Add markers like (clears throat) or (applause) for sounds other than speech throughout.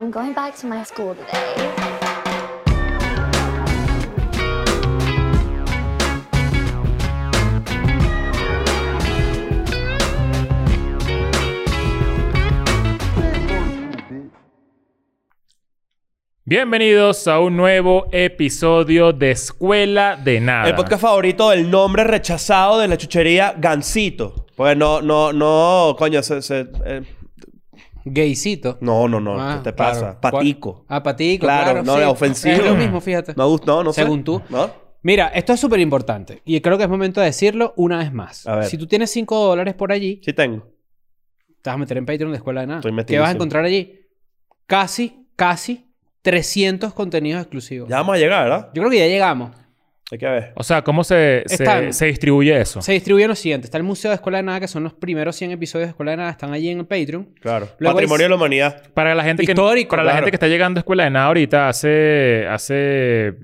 I'm going back to my school today. Bienvenidos a un nuevo episodio de Escuela de Nada. El podcast favorito del nombre rechazado de la chuchería Gansito. Pues no, no, no, coño, se. se- eh, Gaycito. no, no, no, Ah, ¿qué te claro. pasa? ¿Cuál? Patico. Ah, patico. Claro, Claro, no, sí. es ofensivo. Es lo mismo, fíjate. No, gust- no, no sé. Según tú. ¿No? Mira, esto es súper importante y creo que es momento de decirlo una vez más. A ver. Si tú tienes 5 dólares por allí, Sí tengo. te vas a meter en Patreon de Escuela de Nada. Estoy ¿Qué vas a metidísimo. encontrar allí? Casi, casi 300 contenidos exclusivos. Ya vamos a llegar, ¿verdad? Yo creo que ya llegamos. Hay que ver. O sea, ¿cómo se, se- Están- se distribuye eso? Se distribuyen lo siguiente. Está el Museo de Escuela de Nada, que son los primeros 100 episodios de Escuela de Nada. Están allí en el Patreon. Claro. Luego Patrimonio hay- de la humanidad. Para la gente que Histórico, para la claro. gente que está llegando a escuela de nada ahorita hace hace eh,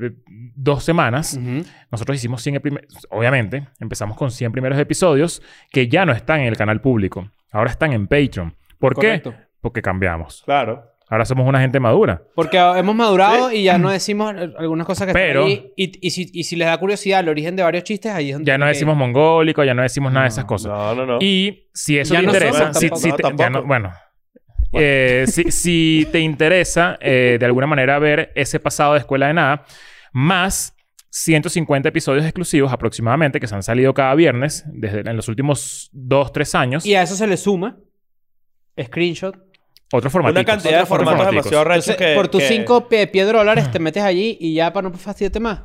dos semanas Ujú. nosotros hicimos 100 primeros... obviamente empezamos con 100 primeros episodios que ya no están en el canal público ahora están en Patreon ¿por Correcto. qué? Porque cambiamos Claro. ahora somos una gente madura Porque hemos madurado y ya no decimos algunas cosas que Pero- están ahí. Y, y si, y si les da curiosidad el origen de varios chistes, ahí es donde... ya no tienen que decimos ir. mongólico ya no decimos nada de esas cosas No, no, no. Y si eso Ya te no interesa, somos si, tampoco. si No, te, ya no- tampoco. bueno, Eh, si, si te interesa eh, de alguna manera ver ese pasado de Escuela de Nada, más 150 episodios exclusivos aproximadamente que se han salido cada viernes desde en los últimos 2, 3 años. Y a eso se le suma screenshot. Otro formato. Una cantidad de formatos demasiado rechos Entonces, que... por tus que- 5 pie dólares te metes allí y ya para no fastidiarte más.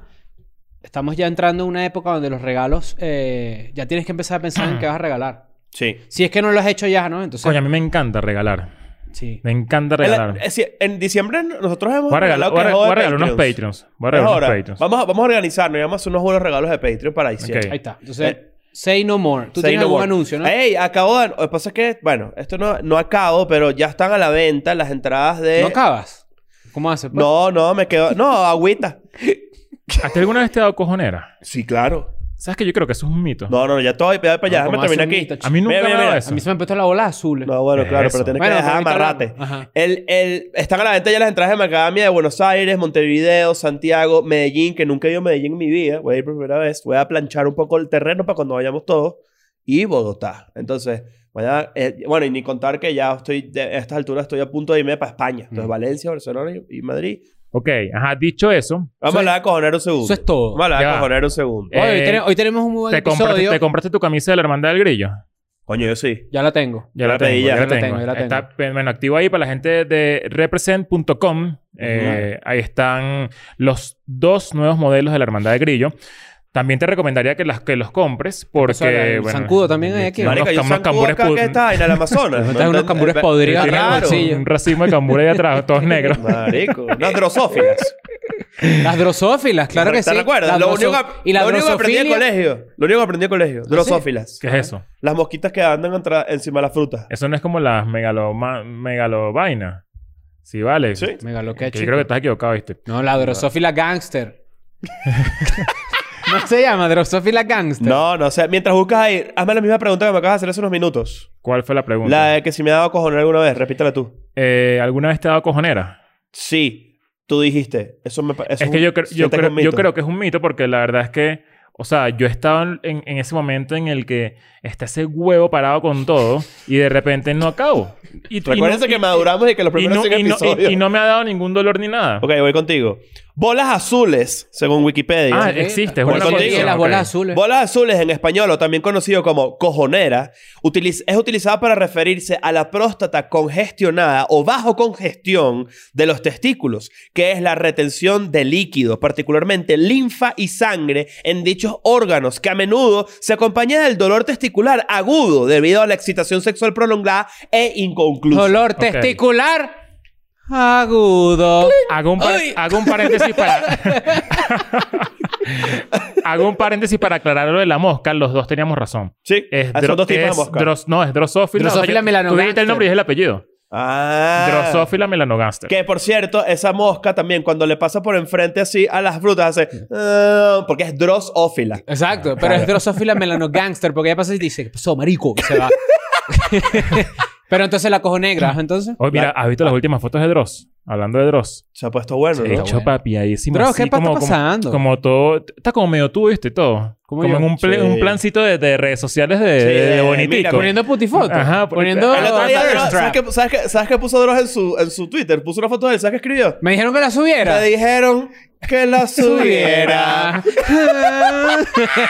Estamos ya entrando en una época donde los regalos eh, ya tienes que empezar a pensar en qué vas a regalar. Sí. Si es que no lo has hecho ya, ¿no? Entonces, Coño, a mí me encanta regalar. sí. Me encanta En, la- regalar. es decir, en diciembre nosotros hemos Voy a regalar, regalado voy a que re- joda voy a regalar unos Patreons. Patreons. Voy a regalar unos Ahora, Patreons. Vamos, a- vamos a organizarnos y vamos a hacer unos buenos regalos de Patreon para diciembre. Ok. Ahí está. Entonces, Eh, Say No More. Tú Say tienes no algún more. Eh, anuncio, ¿no? Ey, acabo de... Lo que pasa es que, bueno, esto no, no acabo, pero ya están a la venta las entradas de... ¿No acabas? ¿Cómo haces? pues? eh, No, no, me quedo... No, agüita. ¿Has alguna vez te ha dado cojonera? Sí, claro. ¿Sabes que yo creo que eso es un mito? No, no, ya estoy. Voy para allá. No, Déjame como hace terminar un aquí. mito, chico. a mí nunca Mira, me ha mira, dado mira. eso. A mí se me han puesto las bolas azules. No, bueno, Eso. claro, pero tienes Bueno, que dejar ahorita amarrate. hablamos. Ajá. El, el, están a la venta ya las entradas de Macadamia de Buenos Aires, Montevideo, Santiago, Medellín, que nunca he ido a Medellín en mi vida. Voy a ir por primera vez. Voy a planchar un poco el terreno para cuando vayamos todos. Y Bogotá. Entonces, mañana, eh, bueno, y ni contar que ya estoy, de- a estas alturas estoy a punto de irme para España. Entonces, Mm. Valencia, Barcelona y, y Madrid. Ok, ajá, dicho eso, Vamos Eso a hablar de cojonero un segundo. Eso es todo. Vamos a hablar Ya de va. cojonero un segundo. Eh, Oye, hoy, tene- hoy tenemos un muy buen te compraste, episodio. te compraste tu camisa de la hermandad del grillo. Coño, yo sí. ya la tengo. Ya la la, tengo, pedí, ya, ya la la tengo. tengo, ya la tengo. Está, pe- bueno, activo ahí para la gente de represent.com. Eh, Ahí están los dos nuevos modelos de la hermandad de grillo. También te recomendaría que, las, que los compres porque... O sea, el zancudo también hay aquí. unos Marica, yo cam- unos zancudo cambures acá que pud- está en el Amazonas. Están (laughs) unos cambures eh, podridos qué acá en el raro. bolsillo. Un racimo de cambures ahí atrás, todos negros. Marico, unas drosófilas. Las drosófilas, claro que sí. ¿Te recuerdas? Las Lo, droso- único que, y las lo único que aprendí en drosofilia- colegio. Lo único que aprendí en colegio. ¿Ah, Drosófilas. ¿Qué es eso? Las mosquitas que andan entra- encima de las frutas. Eso no es como las megaloma, megalovainas. Sí, vale. Sí. Venga, lo que ha Que yo hecho. creo que estás equivocado, ¿viste? No, la (laughs) drosófila gangster. no se llama drosófila Este. gangster. No, no sé. Mientras buscas ahí, hazme la misma pregunta que me acabas de hacer hace unos minutos. ¿Cuál fue la pregunta? La de que si me ha dado cojonar alguna vez. Repítela tú. Eh, ¿Alguna vez te ha dado cojonera? Sí. Tú dijiste. Eso me pa- eso Es que un- yo, creo- yo, siento que es creo, un yo mito. creo que es un mito porque la verdad es que, o sea, yo estaba en, en- en ese momento en el que está ese huevo parado con todo y de repente no acabo. Y, y no- Recuérdense que maduramos y que los y primeros no, cien y no- y- episodios. y no me ha dado ningún dolor ni nada. Ok, voy contigo. Bolas azules, según Wikipedia. Ah, existe. es Eh, Por una eso te condición, dije las ok. bolas azules. Bolas azules en español, o también conocido como cojonera, utiliz- es utilizada para referirse a la próstata congestionada o bajo congestión de los testículos, que es la retención de líquido, particularmente linfa y sangre en dichos órganos, que a menudo se acompaña del dolor testicular agudo debido a la excitación sexual prolongada e inconclusa. Dolor Ok. testicular agudo. Hago un, par- Ay. hago un paréntesis para... (laughs) hago un paréntesis para aclarar lo de la mosca. Los dos teníamos razón. Sí, Es, ah, dro- son dos tipos de es mosca. dros- No, es drosófila. Drosófila yo- Tú melanogaster. dijiste el nombre y es el apellido. Ah. Drosófila melanogaster. Que por cierto, esa mosca también, cuando le pasa por enfrente así a las frutas, hace. "Ah", porque es drosófila. Exacto, (laughs) pero es drosófila melano gangster porque ya pasa y dice, ¿qué pasó, marico? Y se va. (laughs) Pero entonces la cojo negra, entonces. Oye, mira, ¿has ah. visto las últimas fotos de Dross? Hablando de Dross. Se ha puesto bueno, De ¿no? hecho, papi, ahí sí Dross, así ¿qué pa- como- está como- pasando? Como, todo... Está como medio tú, ¿viste? Todo. Como, yo. en un, pla- Sí. un plancito de, de redes sociales de, Sí, de- de mira, bonitico. poniendo- Poniendo putifoto. Ajá, porque- poniendo. El otro día, Thirst Dross- ¿sabes, trap. qué, sabes qué- sabes qué puso Dross en su, en su Twitter? Puso una foto de él. ¿Sabes qué escribió? Me dijeron que la subiera. Le dijeron que la subiera. (laughs)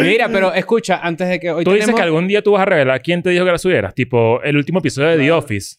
Mira, pero escucha, antes de que hoy Tú dices tenemos- que algún día tú vas a revelar quién te dijo que la subieras. Tipo, el último episodio de The Office.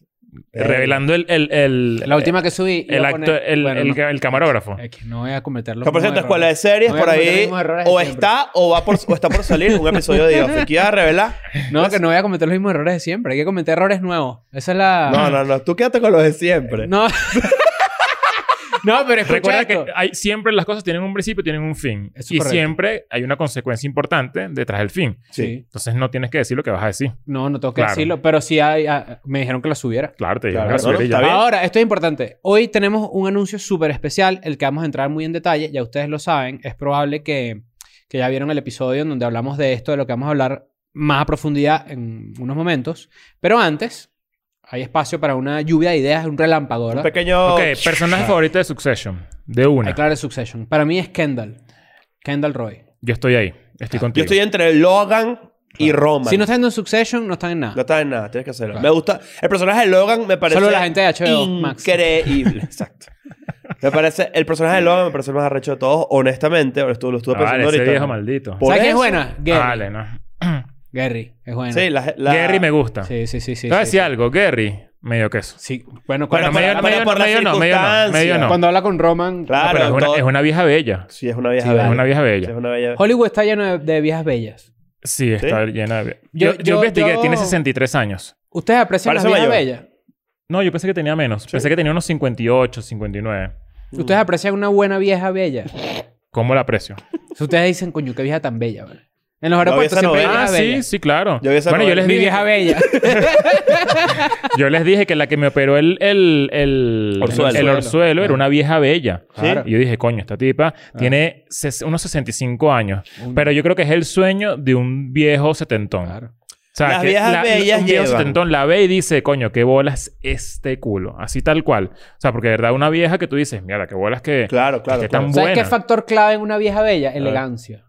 Revelando el... el, el- Eh, la última que subí. iba El, a acto- poner- el, Bueno, el- no. el camarógrafo. Es que no voy a cometerlo. Que por cierto, Escuela de Series, por ahí, o está o, va por, o está por salir un episodio de Office. ¿Quieres revelar? No, que no voy a cometer los mismos errores de siempre. Hay que cometer errores nuevos. Esa es la. No, no, no. Tú quédate con los de siempre. Ah. No. (laughs) no, pero escucha Recuerda esto. que hay, siempre las cosas tienen un principio y tienen un fin. Eso es y correcto. siempre hay una consecuencia importante detrás del fin. Sí. Entonces no tienes que decir lo que vas a decir. No, no tengo que Claro. decirlo, pero sí hay, ah, me dijeron que la subiera. Claro, te digo. Claro, no, no, está bien. Ahora, esto es importante. Hoy tenemos un anuncio súper especial, el que vamos a entrar muy en detalle. Ya ustedes lo saben. Es probable que, que ya vieron el episodio en donde hablamos de esto, de lo que vamos a hablar más a profundidad en unos momentos. Pero antes, hay espacio para una lluvia de ideas, un relámpago, Un ¿verdad? pequeño... Ok, personaje Ah. favorito de Succession. De una. Hay claro de Succession. Para mí es Kendall. Kendall Roy. Yo estoy ahí. Estoy Yo contigo. estoy entre Logan y Roman. Si no están en Succession, no están en No nada. está en nada, tienes que hacerlo. Claro. Me gusta. El personaje de Logan me parece. Solo la gente de HBO (laughs) Max. Increíble. Exacto. Me parece. El personaje de Logan me parece el más arrecho de todos, honestamente. Ahora estuve- lo estuve Ah, vale, pensando ese ahorita. viejo maldito. Por ¿Sabes qué es eso- buena? Gary. Vale, no. Gary. Es buena. Sí, la, la- Gary me gusta. sí, sí, sí. sí, Te voy a sí, decir algo. Gary, medio queso. sí. Pero Bueno, cuando, por- medio, pero medio- por las medio no, medio no, medio no. cuando habla con Roman. Ah, Claro, pero es una, todo- es una vieja bella. Sí, es una vieja Sí, bella. Es una vieja Sí, es bella. una bella. Hollywood está lleno de, de viejas bellas. Sí, está llena de... Yo- Yo, yo yo- investigué. yo- Tiene 63 años. ¿Ustedes aprecian Parece las viejas mayor. bellas? No, yo pensé que tenía menos. Pensé que tenía unos 58, 59. ¿Ustedes aprecian una buena vieja bella? ¿Cómo la aprecio? Si ustedes dicen, coño, qué vieja tan bella, ¿vale? En los vi aeropuertos esa siempre hay novela. Ah, viejas sí, bellas. sí, claro. Yo vi esa bueno, yo novela. les, Mi dije, vieja bella. yo les dije que la que me operó el, el, el, Orzuelo. el orzuelo era una vieja bella. Sí. Y yo dije, coño, esta tipa Ah. tiene ses- unos 65 años. Pero yo creo que es el sueño de un viejo setentón. O sea, Las que viejas bellas un viejo llevan. setentón la ve y dice, coño, qué bolas este culo. Así tal cual. O sea, porque de verdad una vieja que tú dices, mira, qué bolas que... Claro, claro. que claro. tan ¿Sabes qué buena. factor clave en una vieja bella? Elegancia.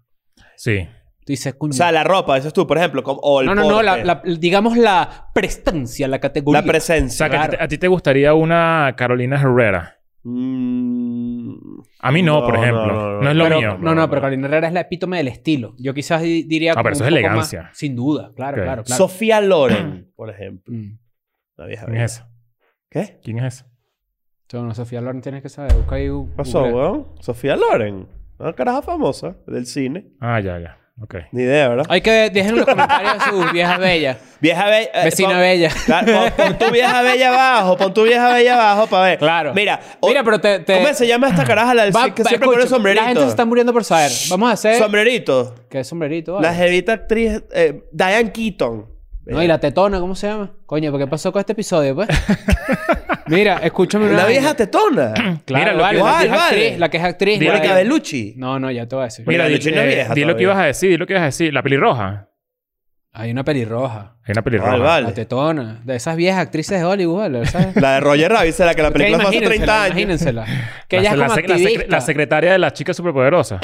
Sí. Tú dices, coño. O sea, la ropa, dices tú, por ejemplo. como- o el no, no, no. porte, la- la- digamos la prestancia, la la categoría. O sea, presencia. que a ti Claro. te- a ti te gustaría una Carolina Herrera. Mm. A mí no, No, por no, ejemplo. No, no, no. es lo Pero- mío. No, no, pero Carolina Herrera es la epítome del estilo. Yo quizás di- diría. Ah, pero como eso un es poco elegancia. más- sin duda, claro, Ok. claro, claro. Sofía Loren, por ejemplo. Mm. La vieja ¿Quién bella. es esa? ¿Qué? ¿Quién es esa? Tú, no, Sofía Loren tienes que saber. Busca ahí. ¿Qué pasó, weón? Sofía Loren. Una caraja famosa del cine. Ah, ya, ya. Ok. Ni idea, ¿verdad? Hay que dejen en los comentarios sus viejas bellas. Vieja bella. eh, Vecina pon- bella. Claro, pon, pon tu vieja bella abajo, pon tu vieja bella abajo para ver. Claro. Mira, o- Mira, pero te. te- ¿cómo se llama esta caraja la del va- cine que va- siempre escucha, pone La gente sombrerito? se está muriendo por saber. Vamos a hacer. Sombrerito. ¿Qué sombrerito? vale? La jevita actriz eh, Diane Keaton. Eh, No, y la tetona, ¿cómo se llama? Coño, ¿por qué pasó con este (laughs) episodio, pues? Mira, escúchame una. La vaina. vieja tetona. (clears throat) Mira, Claro, lo vale, que- la, vale, que es actriz, vale. la que es actriz. Dile la Mónica que- Bellucci. No, no, ya te voy a decir. Mira, Mira, la di, Luchina eh, vieja di lo que todavía. ibas a decir, di lo que ibas a decir. La pelirroja. Hay una pelirroja. Hay una pelirroja. Vale, vale. La tetona. De esas viejas actrices de Hollywood, ¿vale? ¿Sabes? (laughs) La de Roger Rabbit, la que la película fue hace 30 años. Imagínensela. Que La- ella es la, como sec- la activista. secre- la secretaria de la chica superpoderosa.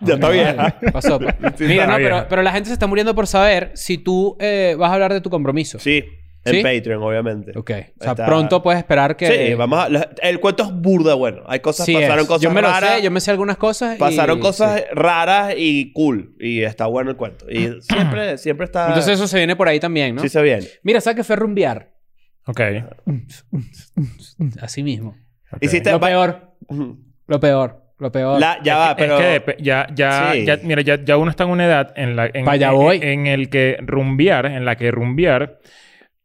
Ya está Vale, vieja. Pasó. pues. (laughs) Sí, Mira, está no, vieja. pero, pero la gente se está muriendo por saber si tú eh, vas a hablar de tu compromiso. Sí, en ¿Sí? Patreon, obviamente. Ok. O sea, Está- pronto puedes esperar que... Sí, vamos a- la- El cuento es burda, bueno. Hay cosas, Sí es. pasaron cosas Yo me lo raras. sé, yo me sé algunas cosas. y- Pasaron cosas sí. raras y cool. Y está bueno el cuento. (clears throat) Y siempre, siempre está. Entonces eso se viene por ahí también, ¿no? Sí se viene. Mira, ¿sabes qué fue rumbear? Ok. Así mismo. ok. Hiciste. Lo va- peor. Lo peor. Lo peor. La- ya va, Es que- pero. Es que depe- ya, ya, Sí. ya, mira, ya, ya uno está en una edad en la en, Pa' allá en- voy. en el que rumbear, en la que rumbear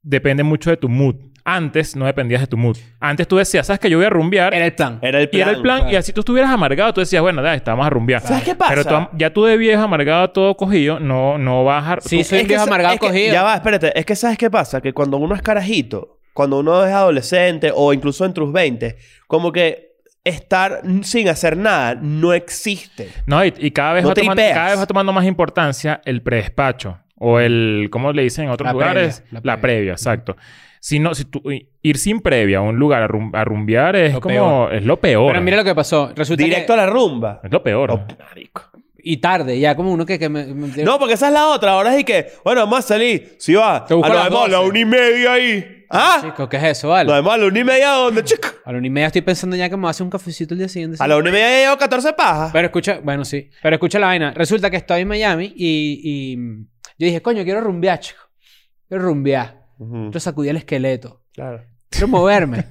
depende mucho de tu mood. Antes no dependías de tu mood. Antes tú decías, sabes que yo voy a rumbear Era el plan. Era el plan. Y era el plan, Claro. y así tú estuvieras amargado, tú decías, bueno, dale, estamos a rumbear. ¿Sabes qué pasa? Pero tú am- ya tú de viejo amargado, todo cogido, no, no vas a. Sí, tú- soy un viejo sa- amargado es que- cogido. Ya va, espérate. Es que ¿sabes qué pasa? Que cuando uno es carajito, cuando uno es adolescente o incluso en tus 20, como que estar sin hacer nada no existe. No, y, y cada, vez No va tomando, tripeas. cada vez va tomando más importancia el predespacho. O el, ¿cómo le dicen en otros La lugares? previa, la la, previa. previa. exacto. Si no, si tú, ir sin previa a un lugar a, rum- a rumbear es Lo como, peor. es lo peor. Pero mira lo que pasó. Resulta Directo a que... la rumba. Es lo peor. Oh, marico. Y tarde, ya como uno que... que me- me- No, porque esa es la otra. Ahora sí que, bueno, vamos a salir. Si va, Te busco a lo a las vemos a la 12. una y media ahí. ¿Ah? Chico, ¿qué es eso, vale? Nos vemos a la una y media donde, chico. A la una y media estoy pensando ya que me hace un cafecito el día siguiente. A la una y media ya llevo 14 pajas. Pero escucha, bueno, sí. Pero escucha la vaina. Resulta que estoy en Miami y, y yo dije, coño, quiero rumbear, chico. Quiero rumbear. Ujú. Yo sacudí el esqueleto. Claro. (laughs) Quiero moverme.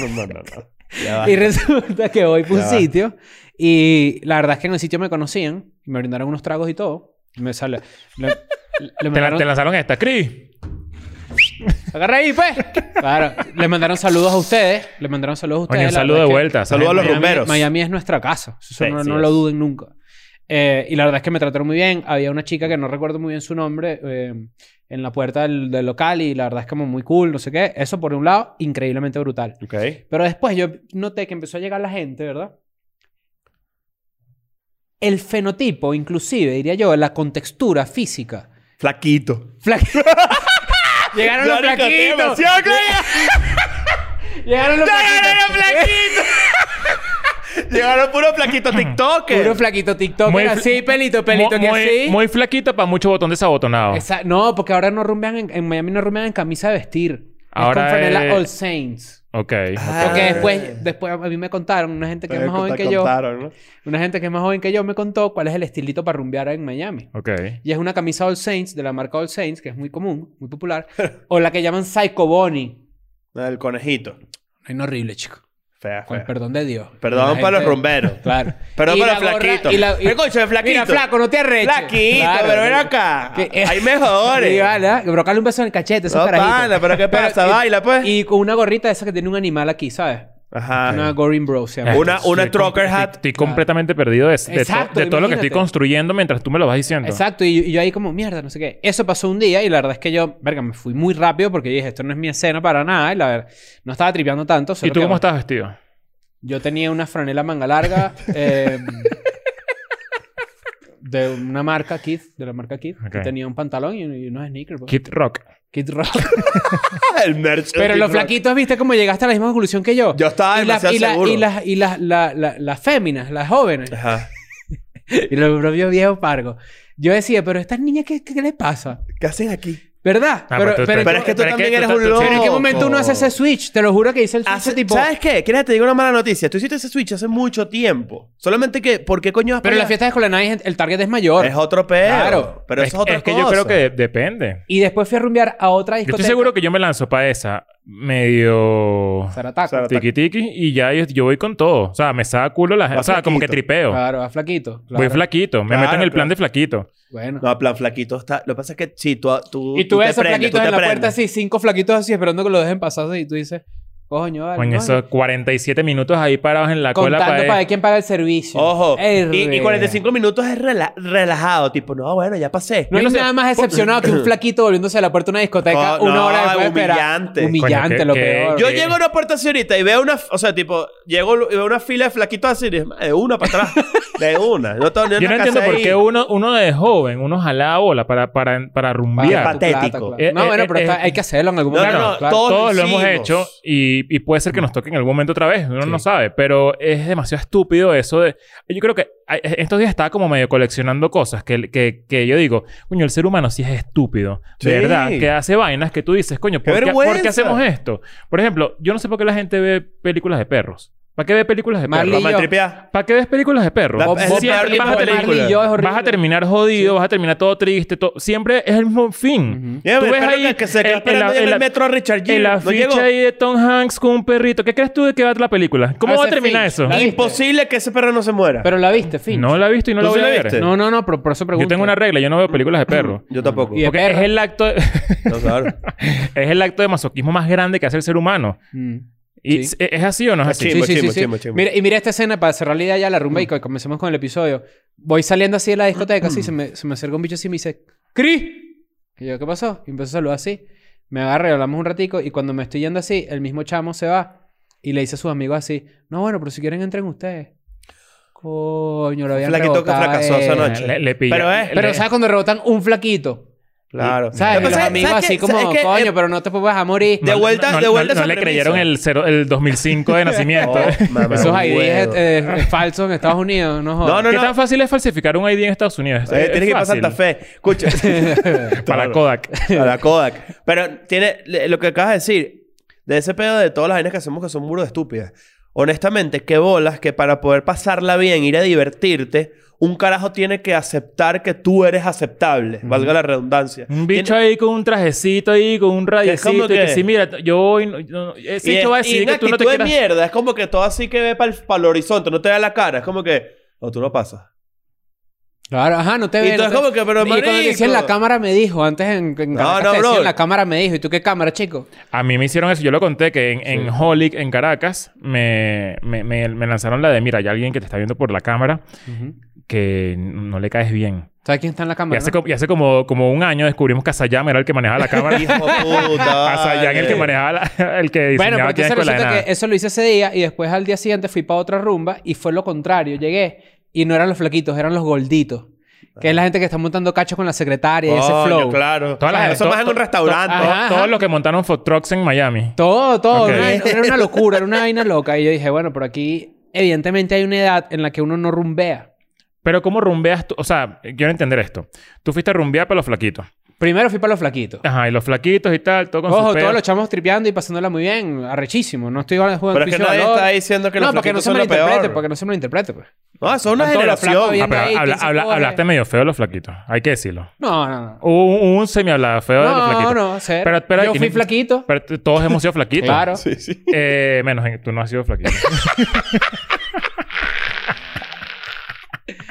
No, no, no. no. Ya va. y resulta que voy por un Ya va. sitio y la verdad es que en el sitio me conocían. y Me brindaron unos tragos y todo. Y me sale... Le, le Te, la- mandaron- te lanzaron esta, Chris. Agarra ahí, pues. Claro. Le mandaron saludos a ustedes. Le mandaron saludos a ustedes. Coño, un la saludo verdad de es que- vuelta. ¿sabes? Saludo a los Miami- rumberos. Miami es nuestra casa. Eso Sí, no, sí no es. lo duden nunca. Eh, y la verdad es que me trataron muy bien. Había una chica que no recuerdo muy bien su nombre eh, en la puerta del, del local y la verdad es como muy cool, no sé qué. Eso por un lado, increíblemente brutal. Ok. Pero después yo noté que empezó a llegar la gente, ¿verdad? El fenotipo, inclusive, diría yo, la contextura física. Flaquito. (laughs) Fla- Llegaron los Marico, estoy flaquitos. demasiado claro. Llegaron los ¡Llegaron flaquitos. flaquitos! (laughs) Llegaron puro flaquito TikTok. Puro flaquito TikTok. Muy fl- así, pelito, pelito Mu- que muy, sí. muy flaquita para mucho botón desabotonado. Esa- no, porque ahora no rumbean en, en Miami, no rumbean en camisa de vestir. Ahora eh, es con franela es- All Saints. Ok. Ah. Porque después, después a mí me contaron, una gente que es más joven que yo, una gente que es más joven que yo me contó cuál es el estilito para rumbear en Miami. Ok. Y es una camisa All Saints de la marca All Saints, que es muy común, (laughs) muy popular, o la que llaman Psycho Bonnie. El conejito. Es horrible, chico. Fea, Con fea. el perdón de Dios. Perdón La para gente- los rumberos. (laughs) Claro. Perdón Y para la los gorra- flaquitos. y la- y- Pero, coño, el flaquito. Mira, flaco, no te arreches. Flaquito, Claro. pero ven acá. Que- eh, Hay mejores. Sí, vale, que brocarle un beso en el cachete, esos No, carajitos. pana, pero ¿qué pasa? y- Baila, pues. Y con una gorrita esa que tiene un animal aquí, ¿sabes? Ajá. Una Goring Bro, se llama. Una, una Estoy trucker com- hat. Estoy completamente perdido de, de to- Exacto, de todo lo que estoy imagínate. construyendo mientras tú me lo vas diciendo. Exacto, y, y yo ahí como, mierda, no sé qué. Eso pasó un día y la verdad es que yo, verga, me fui muy rápido porque dije, esto no es mi escena para nada. Y la verdad, no estaba tripeando tanto. ¿Y solo tú que, cómo bueno, estás vestido? Yo tenía una franela (laughs) manga larga eh, de una marca Kid, de la marca Kid. Ok. que tenía un pantalón y, y unos sneakers. pues. Kid Rock. Kid Rock. Ah, El merch. Pero el los Kid flaquitos, viste cómo llegaste a la misma conclusión que yo. Yo estaba y la- demasiado y la- seguro. Y las, y las, la- la- las féminas, las jóvenes. (laughs) Rock. Ajá. y los propios viejos pargos. Yo decía, pero estas niñas, ¿qué, qué, qué les pasa? ¿Qué hacen aquí? ¿Verdad? Ah, pero, tú- pero- pero es que tú también eres un tú- loco. pero ¿en qué momento uno hace ese switch? Te lo juro que hice el switch Hace- tipo... ¿Sabes qué? ¿Quieres que te diga una mala noticia? Tú hiciste ese switch hace mucho tiempo. Solamente que, ¿por qué coño vas Pero para en las allá? fiestas escolares el target es mayor. Es otro pedo. Claro. Pero eso es otra es que cosa. yo creo que de- depende. Y después fui a rumbear a otra Yo discoteca. estoy seguro que yo me lanzo para esa medio Zarataco. Zara- tiki tiki y ya yo, yo voy con todo. O sea, me saca culo la gente. Vas O sea, como que flaquito. tripeo. Claro, a flaquito. claro. Voy flaquito. Me Claro, meto en el plan de claro. flaquito. Bueno. No, plan flaquito está... Lo que pasa es que sí, tú... tú y tú, ves te esos prendes, flaquitos tú te en la puerta prendes. así, cinco flaquitos así, esperando que lo dejen pasar. así, Y tú dices, coño, vale. Coño, no, esos 47 minutos ahí parados en la cola contando para, para... ver quién paga el servicio. Ojo. Y, y Erre. 45 minutos es rela- relajado. Tipo, no, bueno, ya pasé. No hay Yo no sé. nada más decepcionado (clears throat) que un flaquito volviéndose a la puerta de una discoteca Oh, una no, hora después de esperar. humillante. Humillante, Coño, lo qué- peor. qué- Yo Ok. llego a una puerta así ahorita y veo una, o sea, tipo, llego y veo una fila de flaquitos así, y dije, "Madre, de una para atrás, de una. No tengo ni Yo no una casa entiendo por ahí". qué uno, uno de joven, uno jala la bola para, para, para Paga rumbear. tu plata, Patético. claro. Eh, no, eh, bueno, pero eh, está- hay que hacerlo en algún No, no, momento. no, claro. todo- Todos lo hicimos. hemos hecho y, y puede ser que nos toque en algún momento otra vez, uno no Sí. sabe, pero es demasiado estúpido eso de... Yo creo que a- estos días estaba como medio coleccionando cosas que, que, que yo digo, coño, el ser humano sí es estúpido, Sí. de verdad, que hace vainas que tú dices, coño, ¡Qué ¿por qué, vergüenza! por qué hacemos esto? Por ejemplo, yo no sé por qué la gente ve películas de perros. ¿Para qué ve películas de Marley perros? Vamos a yo- tripear. ¿Para qué ves películas de perros? La- Bob- es Bob el peor Marley- tipo de Bob Marley película. y yo es horrible. Vas a terminar jodido, vas a terminar todo triste, todo- siempre es el mismo fin. Ujú. Mira, Tú el ves perro ahí que- que se el- quedó esperando el- ahí en el- el metro a Richard Gere. El No afiche llegó. ahí de Tom Hanks con un perrito. ¿Qué crees tú de que va a la película? ¿Cómo va a Ese terminar Finch, eso? la viste. Imposible que ese perro no se muera. Pero la viste, fin. No la he visto y no ¿Tú la sí voy la a ver. viste? no, no, no, pero por eso pregunto. Yo tengo una regla. Yo no veo películas de (clears throat) perros. yo tampoco. Y de Porque es perros. el acto... (laughs) No, claro. es el acto de masoquismo más grande que hace el ser humano. Mm. Y Sí. ¿Es es así o no es Así. así? Chimbo, chimbo, chimbo, chimbo. Mira, y mira esta escena para cerrar la idea ya la rumba y co- comencemos con el episodio. Voy saliendo así de la discoteca, así se me, se me acerca un bicho así y me dice, ¡Cris! Y yo, ¿qué pasó? Y empezó a saludar así. Me agarré, hablamos un ratico y cuando me estoy yendo así, el mismo chamo se va y le dice a sus amigos así, no, bueno, pero si quieren entren ustedes. Coño, lo habían Flaquito que rebotado fracasó esa él. noche. Eh, Le, le pilla- Pero es- le- Pero ¿sabes cuando rebotan un flaquito? Claro. ¿Sabes? Lo que Los pasa es- amigos ¿sabes así qué? como, ¿Sabes qué? coño, Eh, pero no te puedes morir. De vuelta- no, de no, vuelta no esa le premisa. creyeron el, cero- el 2005 (laughs) de nacimiento. Oh, mamá, Esos un IDs huevo. eh, eh, falsos en Estados Unidos, no jodas. No, no, ¿Qué no. tan fácil es falsificar un ID en Estados Unidos? Eh, Es tienes que ir para fácil. Santa Fe. Escucha. Para (laughs) Claro. Kodak. A la Kodak. Pero tiene le- lo que acabas de decir, de ese pedo de todas las vainas que hacemos que son muros de estúpidas. Honestamente, qué bolas que para poder pasarla bien, ir a divertirte, un carajo tiene que aceptar que tú eres aceptable, valga la redundancia. Un bicho Tiene- ahí con un trajecito ahí, con un radiecito. como Y que que- sí, mira, t- yo hoy... no- no- ese y bicho es- va a y decir una que tú no te actitud de quieras... mierda, es como que todo así que ve para el, horizonte, no te da la cara, es como que, no, tú no pasas. Claro, ajá, no te Y ven. tú es no te- como que, pero y cuando te decían marico. la cámara me dijo, antes en, en No, no, Caracas te decían, bro. la cámara me dijo. ¿Y tú qué cámara, chico? A mí me hicieron eso. Yo lo conté que en, en Holic, en Caracas, me, me, me- me lanzaron la de... Mira, hay alguien que te está viendo por la cámara que no le caes bien. ¿Sabes quién está en la Y cámara? hace, no? co- y hace como, como un año descubrimos que Asayama era el que manejaba (laughs) la cámara. (laughs) Hijo (laughs) puta. Asayama el que vale. manejaba la- (laughs) el que Bueno, pero diseñaba aquí en entonces Escuela de resulta Nada. que eso lo hice ese día y después al día siguiente fui para otra rumba y fue lo contrario. Llegué y no eran los flaquitos, eran los gorditos. Que es la gente que está montando cachos con la secretaria y ese Ah. Coño, flow. claro. Todas las- Claro, eso to- más en to- un restaurante. to- To- Ajá, ajá. Todos los que montaron food trucks en Miami. Todo, todo. Ok. Una- era (laughs) una locura, era una vaina loca. Y yo dije, bueno, pero aquí evidentemente hay una edad en la que uno no rumbea. Pero ¿cómo rumbeas tú? O sea, quiero entender esto. Tú fuiste a rumbear para los flaquitos. Primero fui para los flaquitos. Ah, Ajá, y los flaquitos y tal, todo con Ojo, su peo. todos los chamos tripeando y pasándola muy bien, arrechísimo. No estoy jugando Pero es que juicio de nadie valor. está diciendo que los No, para que no flaquitos se son lo malinterprete, peor. para que no se malinterprete, pues. No, eso es una Están todos los flacos generación. Ah, pero ahí, habla- quince habla- coges. hablaste medio feo de los flaquitos. Hay que decirlo. No, no, no. Hubo un, un semi hablado feo de los No, flaquitos. no, cero. Pero- pero Yo aquí fui no- flaquito. Pero t- todos hemos sido flaquitos. Claro. (laughs) Eh, menos en- tú no has sido (laughs) flaquito.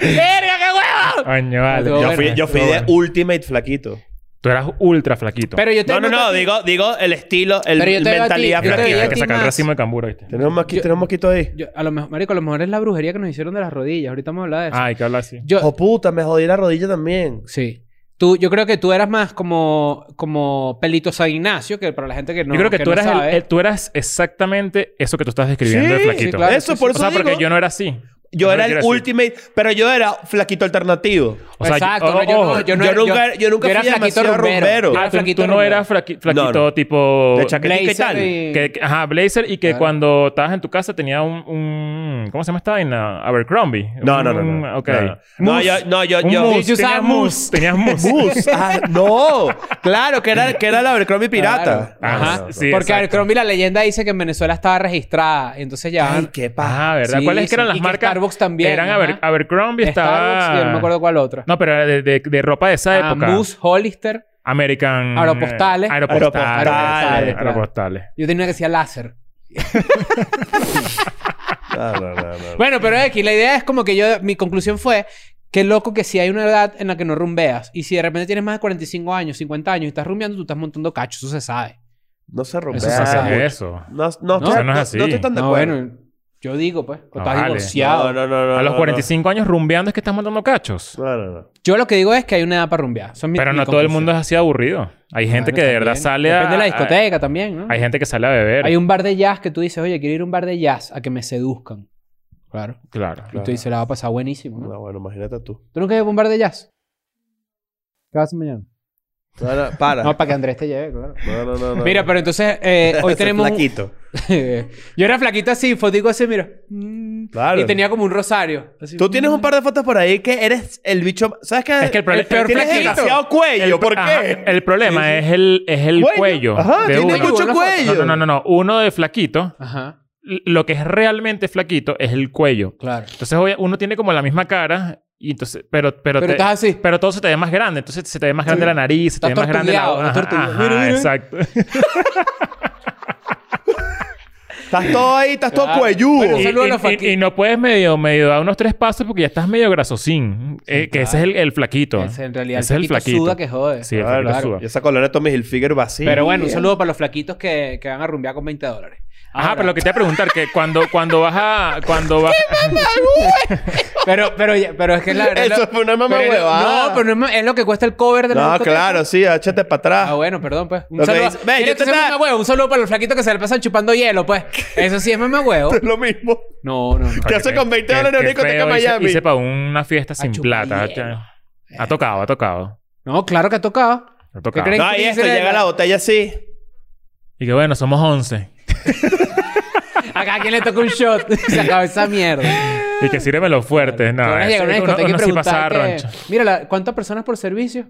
¡Verga, qué huevo! Coño, vale. Yo Yo fui, yo fui Pero de bueno. ultimate flaquito. Tú eras ultra flaquito. Pero yo te No, no, no. digo a ti- Digo, digo el estilo, el, Pero yo te veo a ti, mentalidad yo te Hay veo a flaquita. que ti sacar más. el racimo de camburo, ¿viste? Tenemos mosquito, Yo- tenemos mosquito ahí. yo- a lo mejor, marico, a lo mejor es la brujería que nos hicieron de las rodillas. Ahorita vamos a hablar de eso. Ah, hay que hablar así. Yo, Oh, puta, me jodí la rodilla también. sí. Tú, yo creo que tú eras más como, como Pelito San Ignacio, que para la gente que no yo creo que, tú, no eras el- sabe. el- tú eras exactamente eso que tú estás describiendo de Sí, flaquito. sí, claro. Eso, por eso o sea, digo. porque yo no era así. Yo Eso era es lo el que quiero decir. ultimate, pero yo era flaquito alternativo. O sea, Exacto, yo- no, yo, ojo, no, yo no yo era- nunca- yo nunca era fui flaquito demasiado rumbero. rumbero. Yo Ah, era tú- flaquito tú, no rumbero. eras fraqui- flaquito No, no. tipo... De chaquetica y Blazer tal. y- Que, que- ajá, blazer y que Claro. cuando estabas en tu casa tenía un, un- ¿cómo se llama esta vaina? Abercrombie. No, Un- no, no. un- No, ok. No, no. No, yo, no, yo, Un yo. mousse. Yo usaba Tenías mousse. Tenías (laughs) mousse. (laughs) Mousse. Ah, no. Claro, que era, que era la Abercrombie pirata. Ah, Claro. Ajá, Ajá. sí, Porque exacto. Abercrombie la leyenda dice que en Venezuela estaba registrada. y Entonces ya... Ay, qué paja. Ah, ¿verdad? Sí, ¿Cuáles que eran sí. las Y que marcas? Starbucks también, Eran ajá. Aber- Abercrombie, estaba... Starbucks, yo no me acuerdo cuál otra. No, pero era de, de- de ropa de esa Ah, época. Moose, Hollister. American... eh, Aeropostales. Aeropostales. Aeropostales, claro. Aeropostales. Yo tenía una que decía láser. No, no, no, no. Bueno, pero aquí la idea es como que yo, mi conclusión fue que loco que si hay una edad en la que no rumbeas y si de repente tienes más de 45 años, 50 años y estás rumbeando, tú estás montando cachos, eso se sabe. No se rompe. Eso se hace ¿Qué es eso? No, no, No, estoy- eso no es así. No estoy tan de No, acuerdo. bueno, yo digo, pues, o No, estás vale. divorciado. No, no, no, no, a los no, 45 años rumbeando es que estás mandando cachos. No, no, no. no. Yo lo que digo es que hay una edad para rumbear. Eso es mi- Pero mi no todo el conclusión. mundo es así aburrido. Hay gente Bueno, que de también. verdad sale a... Depende de la discoteca también, ¿no? a- Hay gente que sale a beber. Hay un bar de jazz que tú dices, oye, quiero ir a un bar de jazz a que me seduzcan. Claro. Claro. Y tú dices, la va a pasar buenísimo, ¿no? No, bueno, imagínate tú. ¿Tú nunca has ido a un bar de jazz? ¿Qué vas a hacer mañana? No, no, para. No, para que Andrés te lleve, claro. No, no, no, no. Mira, pero entonces (laughs) eh, hoy Ese tenemos... un- flaquito. (laughs) Yo era flaquito así, fotico así, mira. Mm. Claro. Y tenía como un rosario. Así. Tú tienes un par de fotos por ahí que eres el bicho. ¿Sabes qué? Es que el problema- peor el tienes flaquito. demasiado cuello. El- ¿Por qué? ajá, el problema es el, es el cuello. Ajá, de tiene uno. mucho No, no, cuello. No, no, no, no. Uno de flaquito. Ajá. l- Lo que es realmente flaquito es el cuello. Claro. Entonces oye, uno tiene como la misma cara. Y entonces, pero, pero, Pero te- estás así. pero todo se te ve más grande. Entonces se te ve más grande Sí. la nariz, se te ve Estás más grande la tortugueado, boca. estás Ajá, tortugueado. Mira, ajá, mira. (laughs) exacto. Estás todo ahí, estás todo Claro. cuelludo. Bueno, Y, Pues Saludos a y- los flaquitos. y- y no puedes medio, medio dar unos tres pasos porque ya estás medio grasosín. Eh, que ese es el, el flaquito. Ese, en realidad, Ese el flaquito suda que jode. Sí, el Claro, flaquito claro. suda. Y esa colores Tommy Hilfiger vacía. Pero bueno, un saludo para los flaquitos que, que van a rumbear con 20 dólares. Ajá, Ahora, pero lo que te voy a preguntar, que cuando, cuando vas a... Cuando (laughs) vas... pero, pero, ya- pero es que la verdad... Eso lo- fue una mamá pero- huevada. No, pero no es, ma- es lo que cuesta el cover de la No, discoteca. claro, sí, échate para atrás. (laughs) Ah, bueno, perdón, pues. Un Lo que saludo. dice- Ve, Tiene yo que te ser estaba- mamá huevo. Un saludo para los flaquitos que se le pasan chupando hielo, pues. Eso sí es (laughs) mamá huevo. Es lo mismo. No, no, no. ¿Qué hace con 20 dólares en una discoteca en Miami? Hice para una fiesta sin chupar plata. hielo. Ha tocado, ha tocado. No, claro que ha tocado. No tocaba. creen? No, y esto Dice llega la- la botella así. Y que bueno, somos 11. Acá quien le toca un shot. (laughs) Se acaba esa mierda. Y que sírvemelo fuerte. No, Tú vas a eso llegar a una uno- discoteca y uno sí pasaba preguntar que- roncho. Mira, la- ¿cuántas personas por servicio?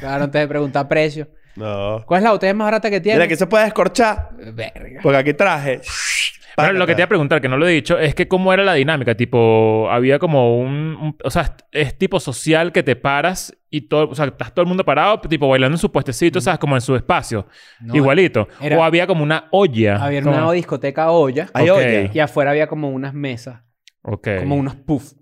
Claro, antes de preguntar precio. No. ¿Cuál es la botella más barata que tiene? Mira, que se puede descorchar. Verga. Porque aquí traje. Bueno, lo que te iba a preguntar, que no lo he dicho, es que cómo era la dinámica. Tipo, había como un... un- o sea, es, es tipo social que te paras y todo... O sea, estás todo el mundo parado, tipo, bailando en su puestecito, ¿sabes? Como en su espacio. Mm. No, Igualito. era- o había como una Ah, olla. Había como- una discoteca olla. Hay Ok. olla. Y afuera había como unas mesas. Ok. Como unos puff.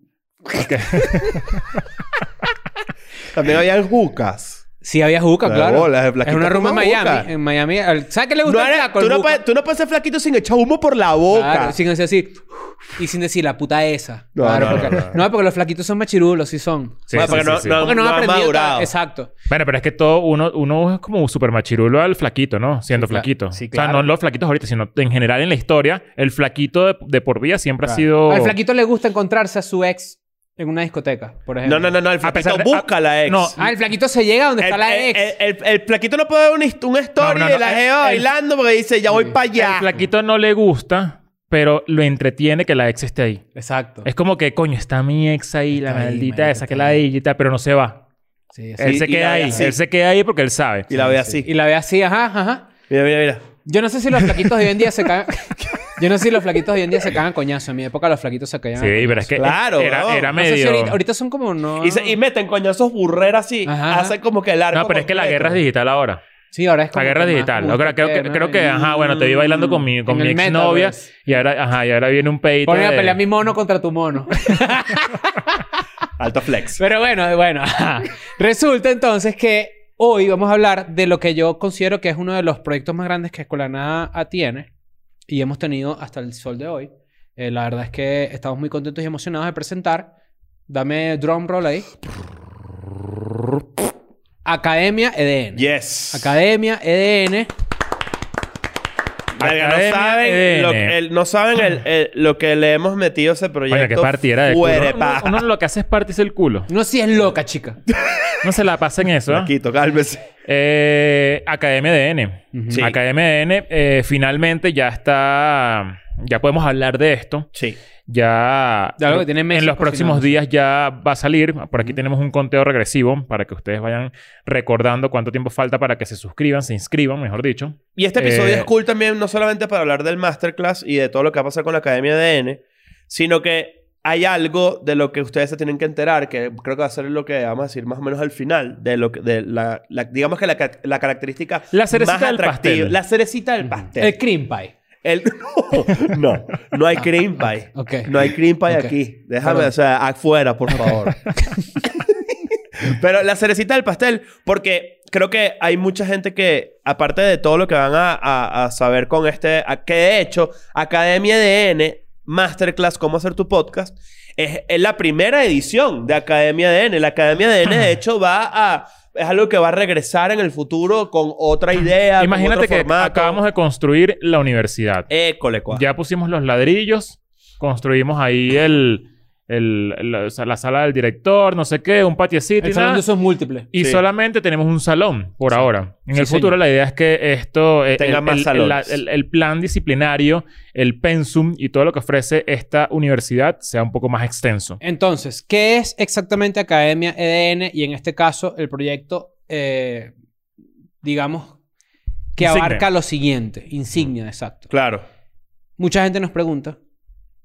También había jucas. Sí, había juca, La claro. bola, el es flaquito una rumba en toma Miami. juca. En Miami. al- ¿Sabes qué le No gusta al era- flaco? tú, El no juca. puedes, tú no puedes ser flaquito sin echar humo por la boca. Claro, sin hacer así. Y sin decir la puta esa. No, claro, no, porque, no, no, no, porque los flaquitos son machirulos, sí son. Sí, Bueno, sí, porque sí, no- sí. no- Porque no, han han aprendido. madurado. ta- Exacto. Bueno, pero es que todo uno, uno es como super machirulo al flaquito, ¿no? Siendo Sí, cla- flaquito. sí, O claro. sea, no los flaquitos ahorita, sino en general en la historia, el flaquito de, de por vida siempre ha sido. Al flaquito le gusta encontrarse a su ex en una discoteca, por ejemplo. No, no, no, no. El A pesar flaquito de- busca a- a la ex. no, Ah, el flaquito se llega donde El, está la el- ex. el- el- el flaquito no puede ver un, hist- un story No, no, no, de la el- jeva el- bailando porque dice, ya voy para allá. El flaquito no le gusta, pero lo entretiene que la ex esté ahí. Exacto. Es como que, coño, está mi ex ahí, la Está ahí, maldita marico, esa que está la ahí. digita, pero no se va. Sí, así. Él Sí, se y la queda ve ahí. así. Él se queda ahí porque él sabe. Y la ve así. Y la ve así, ajá, ajá. Mira, mira, mira. Yo no sé si los flaquitos de hoy en día se cagan. (laughs) Yo no sé si los flaquitos de hoy en día se cagan a coñazo. En mi época los flaquitos se caían. Sí, pero es que Claro, era, weón. era No sé medio... si ahorita, ahorita son como no. Y, se- y meten coñazos burreras así. Ajá. Hacen como que el arco. Ah. No, pero es que la guerra es digital ahora. sí, ahora es como. La guerra que más digital. como Yo creo, creo que, tema, creo que, y- ajá, bueno, te vi bailando con mi, con En mi el exnovia metaverse. y ahora, ajá, y ahora viene un pedito Ponen a de- pelear mi mono contra tu mono. Alto flex. Pero bueno, bueno. ajá. Resulta entonces que hoy vamos a hablar de lo que yo considero que es uno de los proyectos más grandes que Escuela Nada ah, tiene y hemos tenido hasta el sol de hoy. Eh, la verdad es que estamos muy contentos y emocionados de presentar. Dame drum roll ahí. Academia EDN. Yes. Academia E EDN. Verga, Academia no saben, EDN. lo, que- el- no saben el- el- lo que le hemos metido a ese proyecto. Oye, que partiera de culo. Fuere, Uno, pa. uno lo que hace es partirse el culo. No si es loca, chica. No se la (laughs) pasa en eso. ¿eh? Flaquito, cálmese. Eh, Academia DN. Ujú. Sí. Academia DN eh, finalmente ya está... Ya podemos hablar de esto. Sí. Ya... De algo que tiene meses en los próximos cocinando. días ya va a salir. Por aquí tenemos un conteo regresivo para que ustedes vayan recordando cuánto tiempo falta para que se suscriban, se inscriban, mejor dicho. Y este episodio Eh, es cool también, no solamente para hablar del masterclass y de todo lo que va a pasar con la Academia ADN, sino que hay algo de lo que ustedes se tienen que enterar, que creo que va a ser lo que vamos a decir más o menos al final, de lo que, de la, la- digamos que la, ca- la característica La cerecita más del atractiva. pastel. La cerecita del pastel. El cream pie. El- (laughs) no, no, no hay cream pie. ok. No hay cream pie Ok. aquí. Déjame, Perdón. o sea, afuera, por favor. (laughs) Pero la cerecita del pastel, porque creo que hay mucha gente que, aparte de todo lo que van a, a- a saber con este, a- que de hecho, Academia DN, Masterclass, cómo hacer tu podcast, es, es la primera edición de Academia DN. La Academia DN, de hecho, va a... Es algo que va a regresar en el futuro con otra idea. con Imagínate otro que formato. acabamos de construir la Eh, universidad. École, cuá. Ya pusimos los ladrillos, construimos ahí el, el- la, o sea, la sala del director, no sé qué, un patiecito El y salón nada. de usos múltiples. Y Sí. solamente tenemos un salón por ahora. En Sí, el futuro señor. la idea es que esto... eh, Tenga el, más el- salones. la- el- el plan disciplinario, el pensum y todo lo que ofrece esta universidad sea un poco más extenso. Entonces, ¿qué es exactamente Academia EDN y en este caso el proyecto, eh, digamos, que Insignia. abarca lo siguiente? Insignia, exacto. Claro. Mucha gente nos pregunta,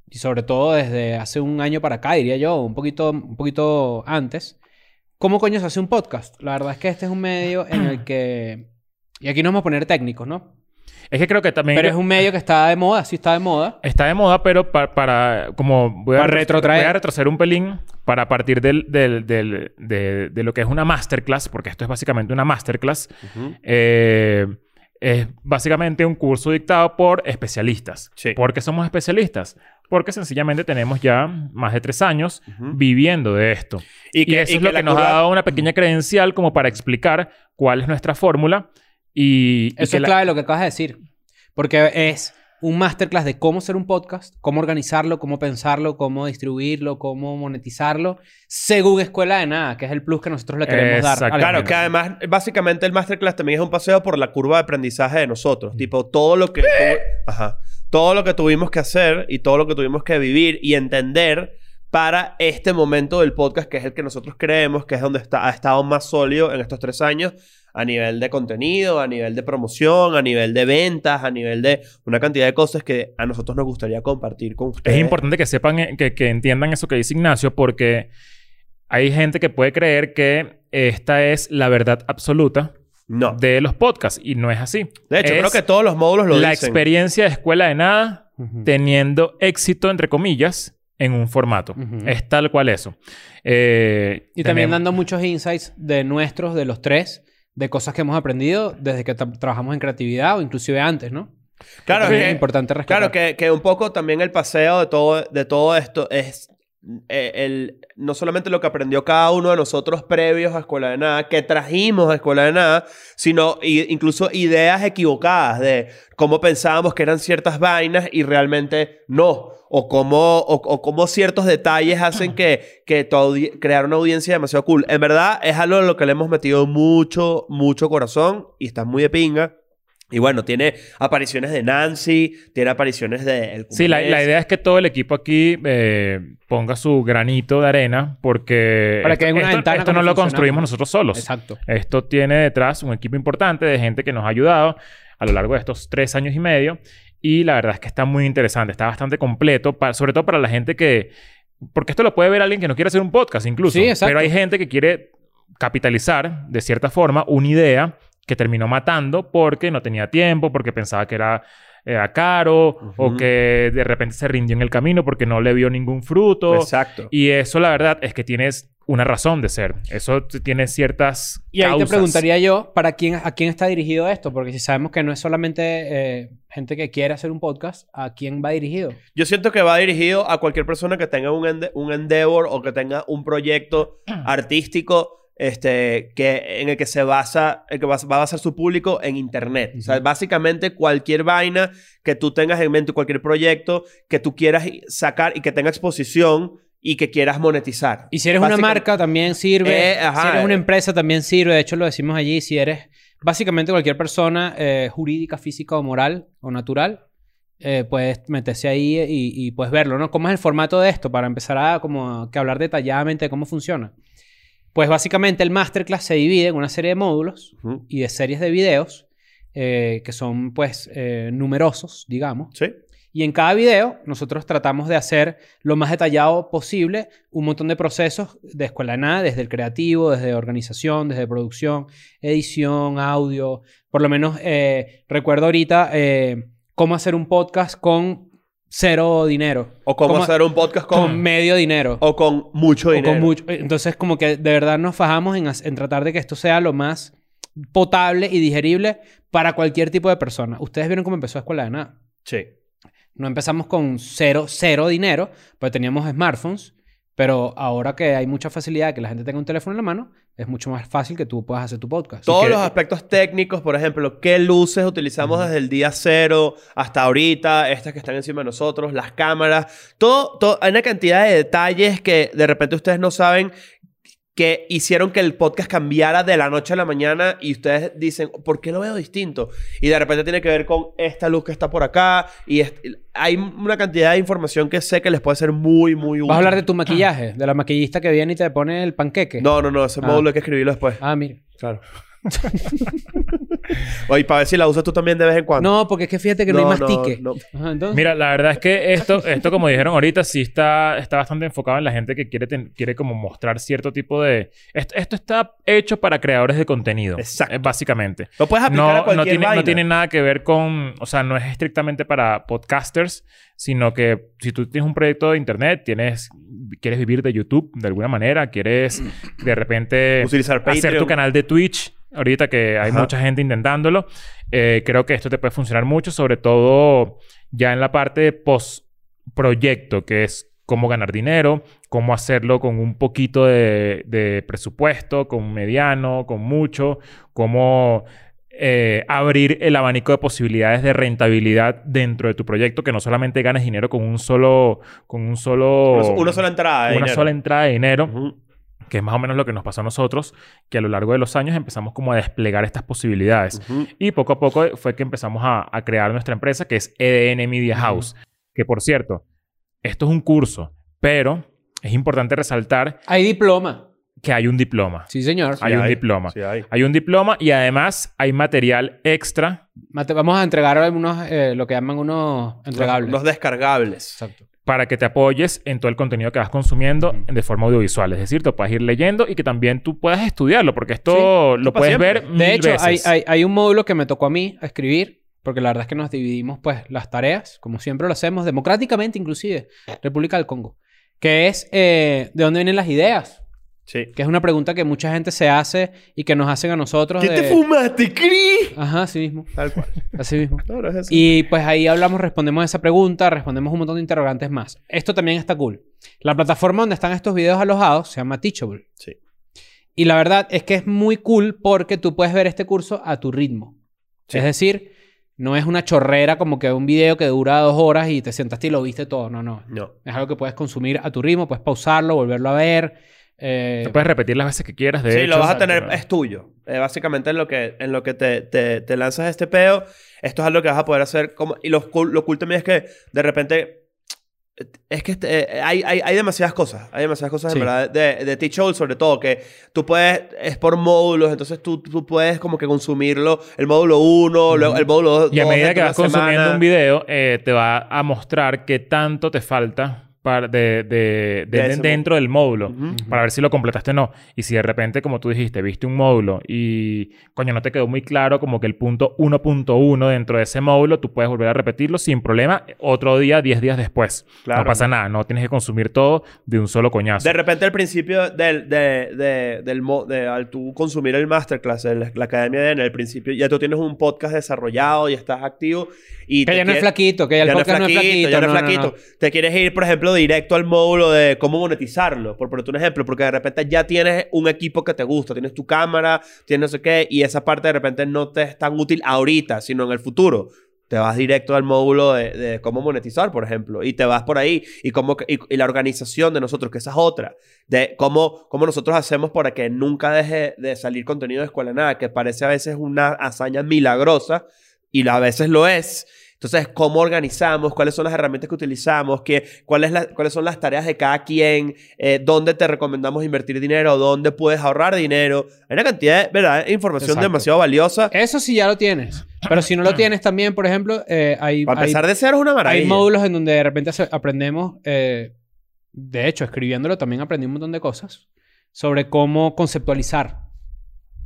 y sobre todo desde hace un año para acá, diría yo, un poquito, un poquito antes, ¿cómo coño se hace un podcast? La verdad es que este es un medio en el que... Y aquí no vamos a poner técnicos, ¿no? Es que creo que también... Pero es un medio que está de moda, sí está de moda. Está de moda, pero pa- para... Como voy a, Para retro- retrotraer. voy a retroceder un pelín para partir del, del- del- de, de lo que es una masterclass, porque esto es básicamente una masterclass. Eh, es básicamente un curso dictado por especialistas. Sí. ¿Por qué somos especialistas? Porque sencillamente tenemos ya más de tres años Ujú. viviendo de esto. Y, eso es lo la que nos curva- ha dado una pequeña credencial como para explicar cuál es nuestra fórmula y, y Eso que es la- clave lo que acabas de decir. Porque es un masterclass de cómo hacer un podcast, cómo organizarlo, cómo pensarlo, cómo distribuirlo, cómo monetizarlo, según Escuela de Nada, que es el plus que nosotros le queremos dar. Exacto. a la Claro, gente. que además, básicamente el masterclass también es un paseo por la curva de aprendizaje de Mm. nosotros. Tipo, todo lo que... tu- Ajá. Todo lo que tuvimos que hacer y todo lo que tuvimos que vivir y entender para este momento del podcast, que es el que nosotros creemos que es donde está, ha estado más sólido en estos tres años a nivel de contenido, a nivel de promoción, a nivel de ventas, a nivel de una cantidad de cosas que a nosotros nos gustaría compartir con ustedes. Es importante que sepan, eh, que, que entiendan eso que dice Ignacio, porque hay gente que puede creer que esta es la verdad absoluta No. De, de los podcasts y no es así. hecho, Es creo que todos los módulos lo la dicen. experiencia de escuela de nada Ujú. teniendo éxito, entre comillas, en un formato. Ujú. Es tal cual eso. Eh, Y también tenemos- dando muchos insights de nuestros, de los tres, de cosas que hemos aprendido desde que tra- trabajamos en creatividad o inclusive antes, ¿no? Claro, También que- es importante Claro, rescatar. que, que un poco también el paseo de todo, de todo esto es eh, el, no solamente lo que aprendió cada uno de nosotros previos a Escuela de Nada, que trajimos a Escuela de Nada, sino i- incluso ideas equivocadas de cómo pensábamos que eran ciertas vainas y realmente no. O cómo, o, o cómo ciertos detalles hacen que, que tu audi- crear una audiencia demasiado cool. En verdad, es algo a lo que le hemos metido mucho, mucho corazón y está muy de pinga. Y bueno, tiene apariciones de Nancy, tiene apariciones de... El Sí, la, la cumpleaños. idea es que todo el equipo aquí eh, ponga su granito de arena porque Para que esto, haya una esto- ventana esto como no lo funcionamos. construimos nosotros solos. Exacto. Esto tiene detrás un equipo importante de gente que nos ha ayudado a lo largo de estos tres años y medio. Y la verdad es que está muy interesante, está bastante completo, pa- sobre todo para la gente que... Porque esto lo puede ver alguien que no quiere hacer un podcast incluso. Sí, exacto. Pero hay gente que quiere capitalizar, de cierta forma, una idea que terminó matando porque no tenía tiempo, porque pensaba que era, era caro o Ujú. que de repente se rindió en el camino porque no le vio ningún fruto. Pues Exacto. Y eso, la verdad, es que tienes una razón de ser. Eso t- tiene ciertas. Y ahí causas. te preguntaría yo, ¿para quién, a quién está dirigido esto? Porque si sabemos que no es solamente eh, gente que quiere hacer un podcast, ¿a quién va dirigido? Yo siento que va dirigido a cualquier persona que tenga un, ende- un endeavor o que tenga un proyecto (clears throat) artístico este, que, en el que se basa, el que va, va a basar su público en internet. O sea, Ujú. básicamente cualquier vaina que tú tengas en mente, cualquier proyecto que tú quieras i- sacar y que tenga exposición y que quieras monetizar. Y si eres una Básicamente- marca también sirve, Eh, ajá, si eres una eh. empresa también sirve, de hecho lo decimos allí, si eres básicamente cualquier persona eh, jurídica, física o moral o natural, eh, puedes meterse ahí y, y puedes verlo, ¿no? ¿Cómo es el formato de esto? Para empezar a como que hablar detalladamente de cómo funciona. Pues básicamente el masterclass se divide en una serie de módulos Ujú. y de series de videos eh, que son pues eh, numerosos, digamos. Sí. Y en cada video nosotros tratamos de hacer lo más detallado posible un montón de procesos de escuela de nada, desde el creativo, desde organización, desde producción, edición, audio. Por lo menos eh, recuerdo ahorita eh, cómo hacer un podcast con cero dinero. O cómo Como- hacer un podcast con, Con, medio dinero. o con mucho o dinero. con mucho. Entonces como que de verdad nos fajamos en, hac- en tratar de que esto sea lo más potable y digerible para cualquier tipo de persona. Ustedes vieron cómo empezó escuela de nada. Sí. No empezamos con cero, cero dinero, pues teníamos smartphones, pero ahora que hay mucha facilidad de que la gente tenga un teléfono en la mano, es mucho más fácil que tú puedas hacer tu podcast. Todos que- los aspectos técnicos, por ejemplo, qué luces utilizamos desde el día cero hasta ahorita, estas que están encima de nosotros, las cámaras, todo, todo, hay una cantidad de detalles que de repente ustedes no saben que hicieron que el podcast cambiara de la noche a la mañana y ustedes dicen, ¿por qué lo veo distinto? Y de repente tiene que ver con esta luz que está por acá y est- hay una cantidad de información que sé que les puede ser muy, muy útil. Vas a hablar de tu maquillaje, de la maquillista que viene y te pone el panqueque. No, no, no, ese Ah. módulo hay que escribirlo después. Ah, mira. Claro. Oye, para ver si la usas tú también de vez en cuando. No, porque es que fíjate que no, hay mastique. no. Ajá, entonces- Mira, la verdad es que esto, esto como dijeron ahorita, sí está, está bastante enfocado en la gente que quiere, ten- quiere como mostrar cierto tipo de... Esto, esto está hecho para creadores de contenido. Exacto. eh, Básicamente. Lo puedes aplicar a No, cualquier no, tiene, vaina. no tiene nada que ver con... O sea, no es estrictamente para podcasters, sino que si tú tienes un proyecto de internet, tienes... Quieres vivir de YouTube de alguna manera, quieres de repente... Utilizar Patreon. hacer tu canal de Twitch. Ahorita que hay Ajá. mucha gente intentándolo. Eh, creo que esto te puede funcionar mucho, sobre todo ya en la parte de post proyecto, que es cómo ganar dinero, cómo hacerlo con un poquito de, de presupuesto, con mediano, con mucho, cómo eh, abrir el abanico de posibilidades de rentabilidad dentro de tu proyecto, que no solamente ganes dinero con un solo, con un solo, Una, una sola entrada. de una dinero. sola entrada de dinero, Ujú. que es más o menos lo que nos pasó a nosotros, que a lo largo de los años empezamos como a desplegar estas posibilidades. Ujú. Y poco a poco fue que empezamos a, a crear nuestra empresa, que es EDN Media House. Que por cierto, esto es un curso, pero es importante resaltar Hay diploma. que hay un diploma. Sí, señor. Hay un diploma. Sí, hay. Hay un diploma y además hay material extra Mate- Vamos a entregar algunos, eh, lo que llaman unos entregables. Los descargables. Exacto. para que te apoyes en todo el contenido que vas consumiendo Ujú. de forma audiovisual. Es decir, te puedes ir leyendo y que también tú puedas estudiarlo, porque esto lo pa' puedes siempre. ver mil De hecho, hay, veces. hay, hay un módulo que me tocó a mí a escribir, porque la verdad es que nos dividimos pues las tareas, como siempre lo hacemos, democráticamente inclusive, República del Congo, que es eh, de dónde vienen las ideas, Sí. que es una pregunta que mucha gente se hace y que nos hacen a nosotros. ¿Qué de- te fumaste, Cri? Ajá, así mismo, Tal cual. así mismo. No, no es eso. Y pues ahí hablamos, respondemos esa pregunta, respondemos un montón de interrogantes más. Esto también está cool. La plataforma donde están estos videos alojados se llama Teachable. Sí. Y la verdad es que es muy cool porque tú puedes ver este curso a tu ritmo. Sí. Es decir, no es una chorrera como que un video que dura dos horas y te sentaste y lo viste todo. No, no. No. Es algo que puedes consumir a tu ritmo, puedes pausarlo, volverlo a ver. eh, Te Pues, puedes repetir las veces que quieras. De sí, hecho. lo vas a tener, Exacto. es tuyo. Eh, básicamente en lo que, en lo que te, te, te lanzas este peo, esto es algo que vas a poder hacer. Como, y lo cool, lo cool también es que de repente, eh, es que este, eh, hay, hay, hay demasiadas cosas, hay demasiadas cosas Sí. en verdad de, de T-Show sobre todo, que tú puedes, es por módulos, entonces tú, tú puedes como que consumirlo, el módulo 1, luego el módulo 2. Y a medida que vas consumiendo un video, eh, te va a mostrar qué tanto te falta para de, de- de- De ese dentro del módulo. Ujú. Para ver si lo completaste o no. Y si de repente, como tú dijiste, viste un módulo y, coño, no te quedó muy claro como que el punto 1.1 dentro de ese módulo, tú puedes volver a repetirlo sin problema eh, otro día, 10 días después. Claro. No pasa nada, no tienes que consumir todo de un solo coñazo. De repente al principio del, de, de- del mo- de- al tú consumir el masterclass, el- la academia de en el principio, ya tú tienes un podcast desarrollado y estás activo y que te ya no es quie- flaquito, que ya ya el no es podcast no es flaquito. ya no es no, no, no. flaquito. Te quieres ir, por ejemplo, directo al módulo de cómo monetizarlo, por ponerte un ejemplo, porque de repente ya tienes un equipo que te gusta, tienes tu cámara, tienes no sé qué, y esa parte de repente no te es tan útil ahorita, sino en el futuro. Te vas directo al módulo de, de cómo monetizar, por ejemplo, y te vas por ahí, y, cómo, y, y la organización de nosotros, que esa es otra, de cómo, cómo nosotros hacemos para que nunca deje de salir contenido de escuela de nada, que parece a veces una hazaña milagrosa, y a veces lo es. Entonces, ¿cómo organizamos? ¿Cuáles son las herramientas que utilizamos? ¿Qué, cuál es la- ¿Cuáles son las tareas de cada quien? Eh, ¿Dónde te recomendamos invertir dinero? ¿Dónde puedes ahorrar dinero? Hay una cantidad de ¿verdad? información Exacto. Eh, demasiado valiosa. Eso sí ya lo tienes. Pero si (clears throat) no lo tienes también, por ejemplo, eh, hay, Para hay- empezar de cero es una hay maravilla. módulos en donde de repente hace- aprendemos, eh, de hecho, escribiéndolo también aprendí un montón de cosas sobre cómo conceptualizar,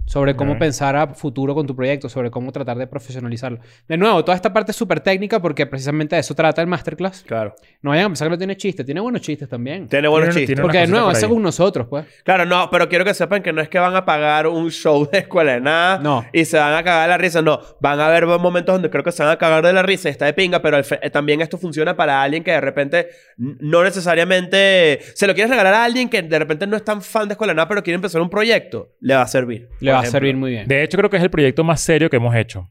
sobre cómo Ok. pensar a futuro con tu proyecto, sobre cómo tratar de profesionalizarlo. De nuevo, toda esta parte es súper técnica porque precisamente de eso trata el masterclass. Claro. No vayan a pensar que no tiene chistes, tiene buenos chistes también. Tiene buenos Tiene- chistes. tiene- porque de cosita nuevo, por es ahí. según nosotros, pues. Claro, no, pero quiero que sepan que no es que van a pagar un show de escuela de nada. No. Y se van a cagar la risa. No, van a haber momentos donde creo que se van a cagar de la risa y está de pinga, pero al fe- eh, también esto funciona para alguien que de repente n- no necesariamente se lo quieres regalar a alguien que de repente no es tan fan de escuela de nada, pero quiere empezar un proyecto. Le va a servir. por Le va a ejemplo. servir muy bien. De hecho, creo que es el proyecto más serio que hemos hecho.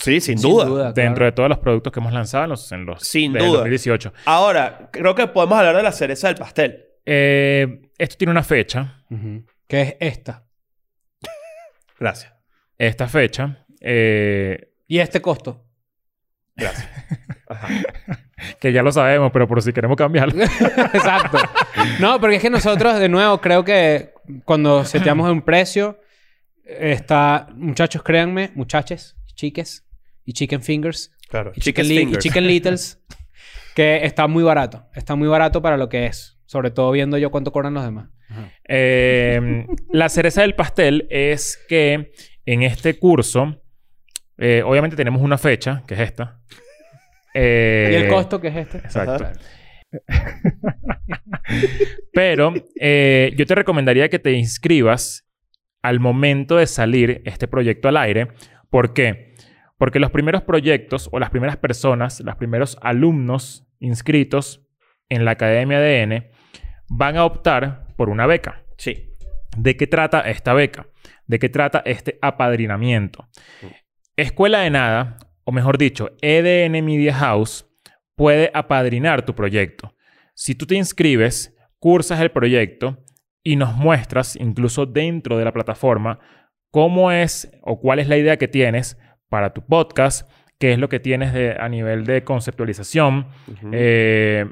Sí, sin, Sin Dentro duda. Ah, claro. de todos los productos que hemos lanzado en los, en los Sin desde el duda. 2018. Ahora, creo que podemos hablar de la cereza del pastel. Eh, esto tiene una fecha. Ujú. Que es esta. Gracias. Esta fecha, eh, Y este costo. que ya lo sabemos, pero por si queremos cambiarlo. (laughs) Exacto. No, porque es que nosotros, de nuevo, creo que cuando seteamos un precio, eh, está, muchachos, créanme, muchaches, chiques y chicken fingers Claro. y chicken, li- y chicken littles, que está muy barato. Está muy barato para lo que es. Sobre todo viendo yo cuánto cobran los demás. Eh, la cereza del pastel es que en este curso, eh, obviamente tenemos una fecha, que es esta. Eh, y el costo que es este. Exacto. (laughs) Pero eh, yo te recomendaría que te inscribas al momento de salir este proyecto al aire. ¿Por qué? Porque los primeros proyectos o las primeras personas, los primeros alumnos inscritos en la Academia ADN van a optar por una beca. Sí. ¿De qué trata esta beca? de qué trata este apadrinamiento. Escuela de Nada, o mejor dicho, EDN Media House, puede apadrinar tu proyecto. Si tú te inscribes, cursas el proyecto y nos muestras, incluso dentro de la plataforma, cómo es o cuál es la idea que tienes para tu podcast, qué es lo que tienes de- a nivel de conceptualización, Ujú. eh,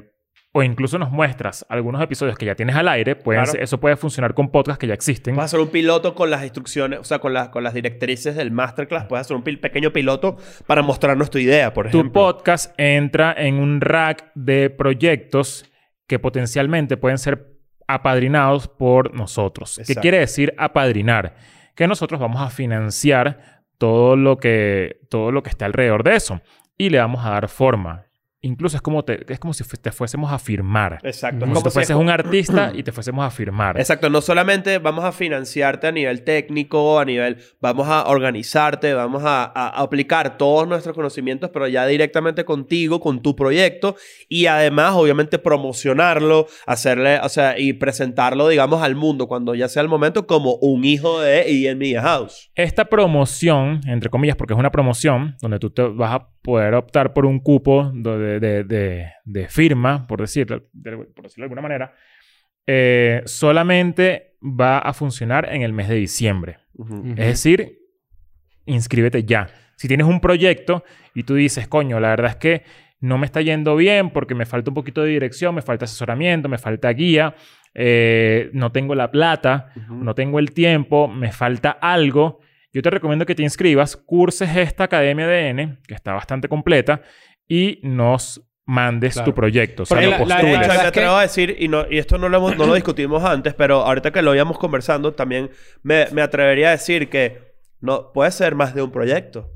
o incluso nos muestras algunos episodios que ya tienes al aire. pueden Claro. ser- eso puede funcionar con podcasts que ya existen. Puedes hacer un piloto con las instrucciones, o sea, con, las con las directrices del masterclass. Puedes hacer un pil- pequeño piloto para mostrarnos tu idea, por Tu ejemplo. podcast entra en un rack de proyectos que potencialmente pueden ser apadrinados por nosotros. ¿Qué Exacto. quiere decir apadrinar? Que nosotros vamos a financiar todo lo que, todo lo que está alrededor de eso y le vamos a dar forma. Incluso es como, te- es como si fu- te fuésemos a firmar. Exacto. Es Como si como te si es- fueses un (clears throat) artista y te fuésemos a firmar. Exacto, no solamente vamos a financiarte a nivel técnico, a nivel, vamos a organizarte, vamos a, a- a aplicar todos nuestros conocimientos, pero ya directamente contigo, con tu proyecto y además, obviamente, promocionarlo, hacerle, o sea, y presentarlo, digamos, al mundo cuando ya sea el momento como un hijo de Ian Media House. Esta promoción, entre comillas, porque es una promoción donde tú te vas a poder optar por un cupo do- de, de- de- de firma, por decirlo, de, por decirlo de alguna manera, eh, solamente va a funcionar en el mes de diciembre. Ujú. Es decir, inscríbete ya. Si tienes un proyecto y tú dices, coño, la verdad es que no me está yendo bien porque me falta un poquito de dirección, me falta asesoramiento, me falta guía, eh, no tengo la plata, no tengo el tiempo, me falta algo, yo te recomiendo que te inscribas, curses esta academia de N, que está bastante completa, y nos mandes Claro. tu proyecto. O sea, Porque lo la- la- postules. la- Escucha, ¿Sabes me qué? atrevo a decir, y, no, y esto no lo, hemos- no lo discutimos antes, pero ahorita que lo íbamos conversando, también me, me atrevería a decir que no puede ser más de un proyecto.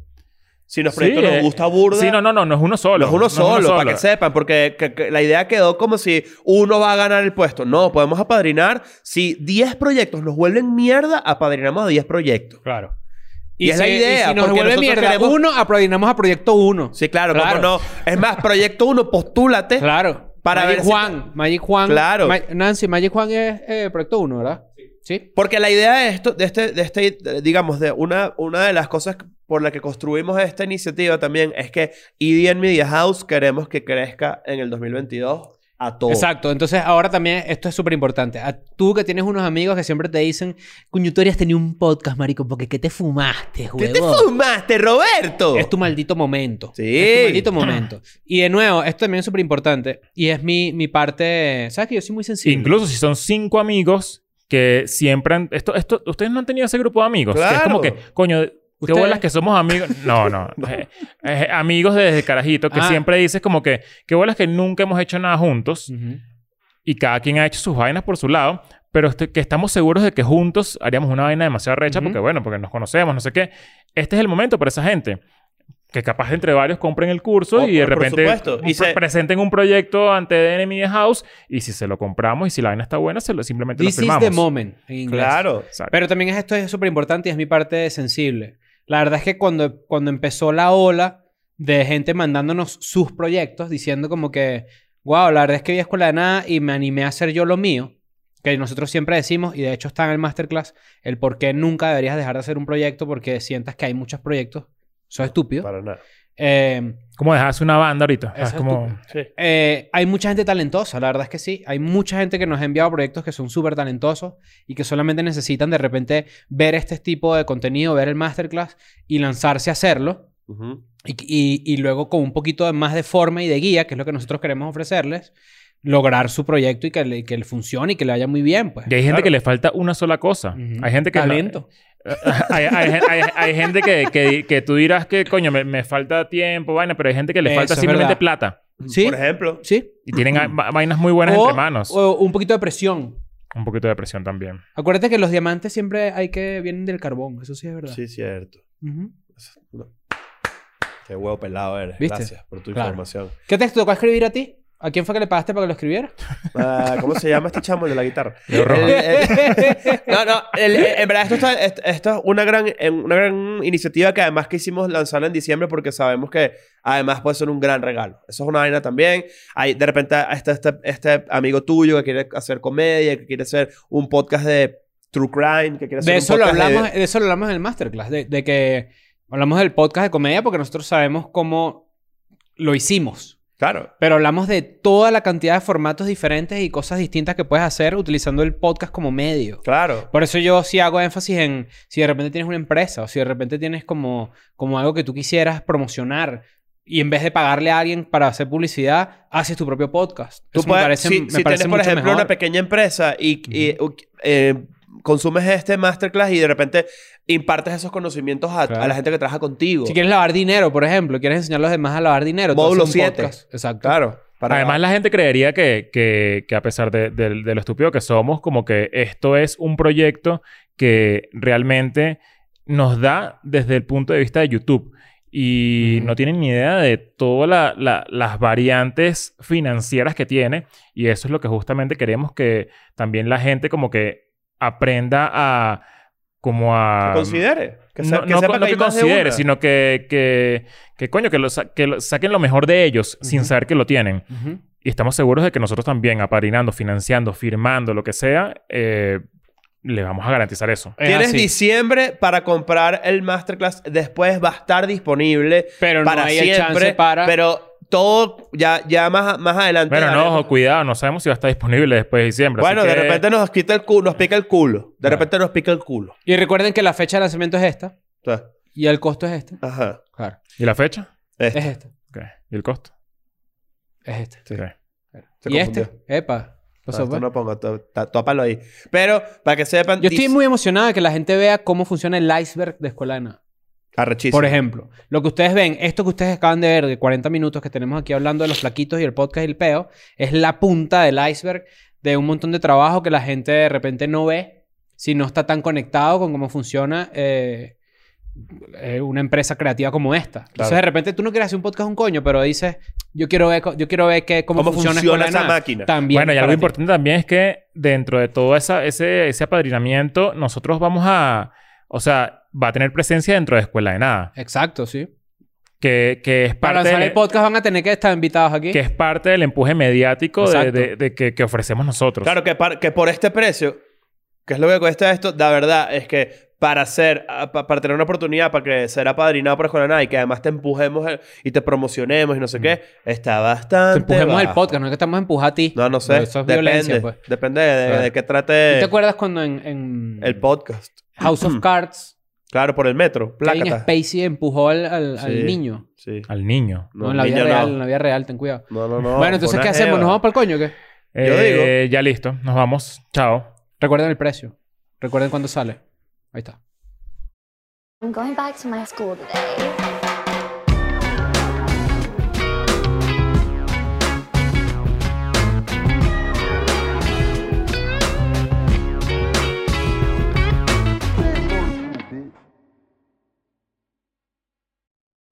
Si los Sí, proyectos eh, nos gusta burda, Sí, no, no, no, no es uno solo. no es uno no solo, para que sepan, porque que- que la idea quedó como si uno va a ganar el puesto. No, podemos apadrinar. Si 10 proyectos nos vuelven mierda, apadrinamos a 10 proyectos. Claro. Y es la idea, si nos porque vuelve nosotros mierda queremos- uno, apadrinamos a Proyecto 1. Sí, claro, cómo Claro. no. Es más, proyecto uno, postúlate. Claro. Para Magic ver si- Juan. Magic Juan. Claro. Ma- Nancy, Magic Juan es eh, Proyecto 1, ¿verdad? Sí. Porque la idea de esto, de este, de este, de- digamos, de una, una de las cosas por la que construimos esta iniciativa también es que EDN Media House queremos que crezca en el 2022 a todo. Exacto. Entonces, ahora también esto es súper importante. A- Tú que tienes unos amigos que siempre te dicen, coño, tú harías tenido un podcast, marico, porque ¿qué te fumaste, ¿Qué te huevón? fumaste, Roberto? Es tu maldito momento. Sí. Es tu maldito momento. Y de nuevo, esto también es súper importante. Y es mi, mi parte... ¿Sabes que yo soy muy sensible? Incluso si son cinco amigos que siempre han... Esto, esto, ustedes no han tenido ese grupo de amigos. que es Claro. como que, coño, qué Ustedes- bolas que somos amigos. No, no. Eh, eh, amigos desde carajito, que Ah. siempre dices como que, qué bolas que nunca hemos hecho nada juntos. Ujú. y cada quien ha hecho sus vainas por su lado, pero este- que estamos seguros de que juntos haríamos una vaina demasiado recha Ujú. porque, bueno, porque nos conocemos, no sé qué. Este es el momento para esa gente. Que capaz entre varios compren el curso Oh, y de por- por repente supuesto. pre- Y se- presenten un proyecto ante The Enemy House y si se lo compramos y si la vaina está buena, se lo, simplemente This lo is firmamos. the moment. En inglés. Claro. Exacto. Pero también esto es súper importante y es mi parte sensible. La verdad es que cuando, cuando empezó la ola de gente mandándonos sus proyectos, diciendo como que, wow, la verdad es que vi escuela de nada y me animé a hacer yo lo mío, que nosotros siempre decimos, y de hecho está en el masterclass, el por qué nunca deberías dejar de hacer un proyecto porque sientas que hay muchos proyectos. Eso es estúpido. Para nada. Eh, Como dejarse una banda ahorita. Eso Es es como... tu- eh, hay mucha gente talentosa, la verdad es que sí. Hay mucha gente que nos ha enviado proyectos que son súper talentosos y que solamente necesitan de repente ver este tipo de contenido, ver el masterclass y lanzarse a hacerlo. Ujú. Y, y- y luego con un poquito de- más de forma y de guía, que es lo que nosotros queremos ofrecerles, lograr su proyecto y que le, que le funcione y que le vaya muy bien. Pues. Y hay gente Claro. que le falta una sola cosa. Ujú. Hay gente que... Talento. (laughs) hay, hay gen- hay- hay gente que, que- que tú dirás que, coño, me, me falta tiempo, vaina, pero hay gente que le Eso falta es simplemente verdad. plata. Sí. Por ejemplo. ¿Sí? Y tienen a- va- vainas muy buenas O- entre manos. O un poquito de presión. Un poquito de presión también. Acuérdate que los diamantes siempre hay que vienen del carbón. Eso sí es verdad. Sí, cierto. Ujú. Eso- no. Qué huevo pelado eres. ¿Viste? Gracias por tu Claro. información. ¿Qué texto tocó escribir a ti? ¿A quién fue que le pagaste para que lo escribiera? Ah, ¿Cómo se llama este chamo el de la guitarra? Leo Rojas. (laughs) El- el- no, no, el- el- en verdad esto, está- est- esto es una gran, en- una gran iniciativa que además quisimos lanzarla en diciembre porque sabemos que además puede ser un gran regalo. Eso es una vaina también. Hay, de este repente está este, este amigo tuyo que quiere hacer comedia, que quiere hacer un podcast de True Crime, que quiere hacer un De eso, lo podcast de- hablamos, de eso lo hablamos en el masterclass, de, de que hablamos del podcast de comedia porque nosotros sabemos cómo lo hicimos. Claro. Pero hablamos de toda la cantidad de formatos diferentes y cosas distintas que puedes hacer utilizando el podcast como medio. Claro. Por eso yo sí hago énfasis en si de repente tienes una empresa o si de repente tienes como, como algo que tú quisieras promocionar y en vez de pagarle a alguien para hacer publicidad, haces tu propio podcast. Tú Eso puedes- me parece, si, me si parece tienes, por mucho ejemplo, mejor. una pequeña empresa y, y, u- eh, consumes este masterclass y de repente impartes esos conocimientos a, Claro. a la gente que trabaja contigo. Si quieres lavar dinero, por ejemplo, quieres enseñar a los demás a lavar dinero. tú Módulo haces un siete. podcast. Exacto. Claro. para- Además, la gente creería que, que- que a pesar de, de- de lo estúpido que somos, como que esto es un proyecto que realmente nos da desde el punto de vista de YouTube. Y Ujú. no tienen ni idea de todas la- la- las variantes financieras que tiene. Y eso es lo que justamente queremos que también la gente como que aprenda a... Como a... Ah, que considere. Que, se- no, que no sepa co- no que, que considere, sino que, que, que coño, que, lo sa- que lo- saquen lo mejor de ellos sin Ujú. saber que lo tienen. Ujú. Y estamos seguros de que nosotros también, aparinando, financiando, firmando, lo que sea, eh, le vamos a garantizar eso. Es Tienes así. diciembre para comprar el masterclass. Después va a estar disponible Pero no para hay el siempre. chance para... Pero todo ya, ya más, más adelante. Bueno, no, haremos- ojo, cuidado, no sabemos si va a estar disponible después de diciembre. así Bueno, de que- repente nos quita el culo, nos pica el culo. De Claro. repente nos pica el culo. Y recuerden que la fecha de lanzamiento es esta O sea, y el costo es este. Ajá. Claro. ¿Y la fecha? Este. Es este. Ok. ¿Y el costo? Es este. Sí. Ok. Se y confundió. este. Epa. Lo No, sé, esto pues. no pongo, tó- tá- tópalo ahí. Pero para que sepan, Yo estoy dice- muy emocionada de que la gente vea cómo funciona el iceberg de Escuela de Nada. Arrechísimo. Por ejemplo, lo que ustedes ven, esto que ustedes acaban de ver de 40 minutos que tenemos aquí hablando de los flaquitos y el podcast y el peo, es la punta del iceberg de un montón de trabajo que la gente de repente no ve si no está tan conectado con cómo funciona eh, eh, una empresa creativa como esta. Entonces, Claro. de repente tú no quieres hacer un podcast un coño, pero dices, yo quiero ver, co- yo quiero ver que, cómo, ¿Cómo funciona, funciona Escuela de esa Nada. máquina? También bueno, y para algo ti. importante también es que dentro de todo esa, ese, ese apadrinamiento, nosotros vamos a... O sea, va a tener presencia dentro de Escuela de Nada. Exacto, sí. Que, que es Para parte... lanzar de- el podcast van a tener que estar invitados aquí. que es parte del empuje mediático de, Exacto. de- de que, que ofrecemos nosotros. Pues Claro, que, par- que por este precio, que es lo que cuesta esto, la verdad es que para ser, a- pa- para tener una oportunidad, para que ser apadrinado por Escuela de Nada y que además te empujemos el- y te promocionemos y no sé qué, está Te bastante. Mm. empujemos el bajo. podcast, no es que estamos empujando a ti. No, no sé. Eso es depende. violencia, pues. Depende de, de- Claro. de qué ¿Tú trate te acuerdas cuando en, en el podcast. (clears throat) House of Cards Claro, por el metro. Kevin Plácata. Spacey empujó al, al- al Sí. niño? Sí. Al niño. No, en la vida niño, real, no. en la vida real, ten cuidado. No, no, no. bueno, entonces, Una ¿qué hacemos? jeva. ¿Nos vamos para el coño o qué? Yo Eh, Ya listo. Nos vamos. Chao. Recuerden el precio. Recuerden cuándo sale. Ahí está. I'm going back to my school today.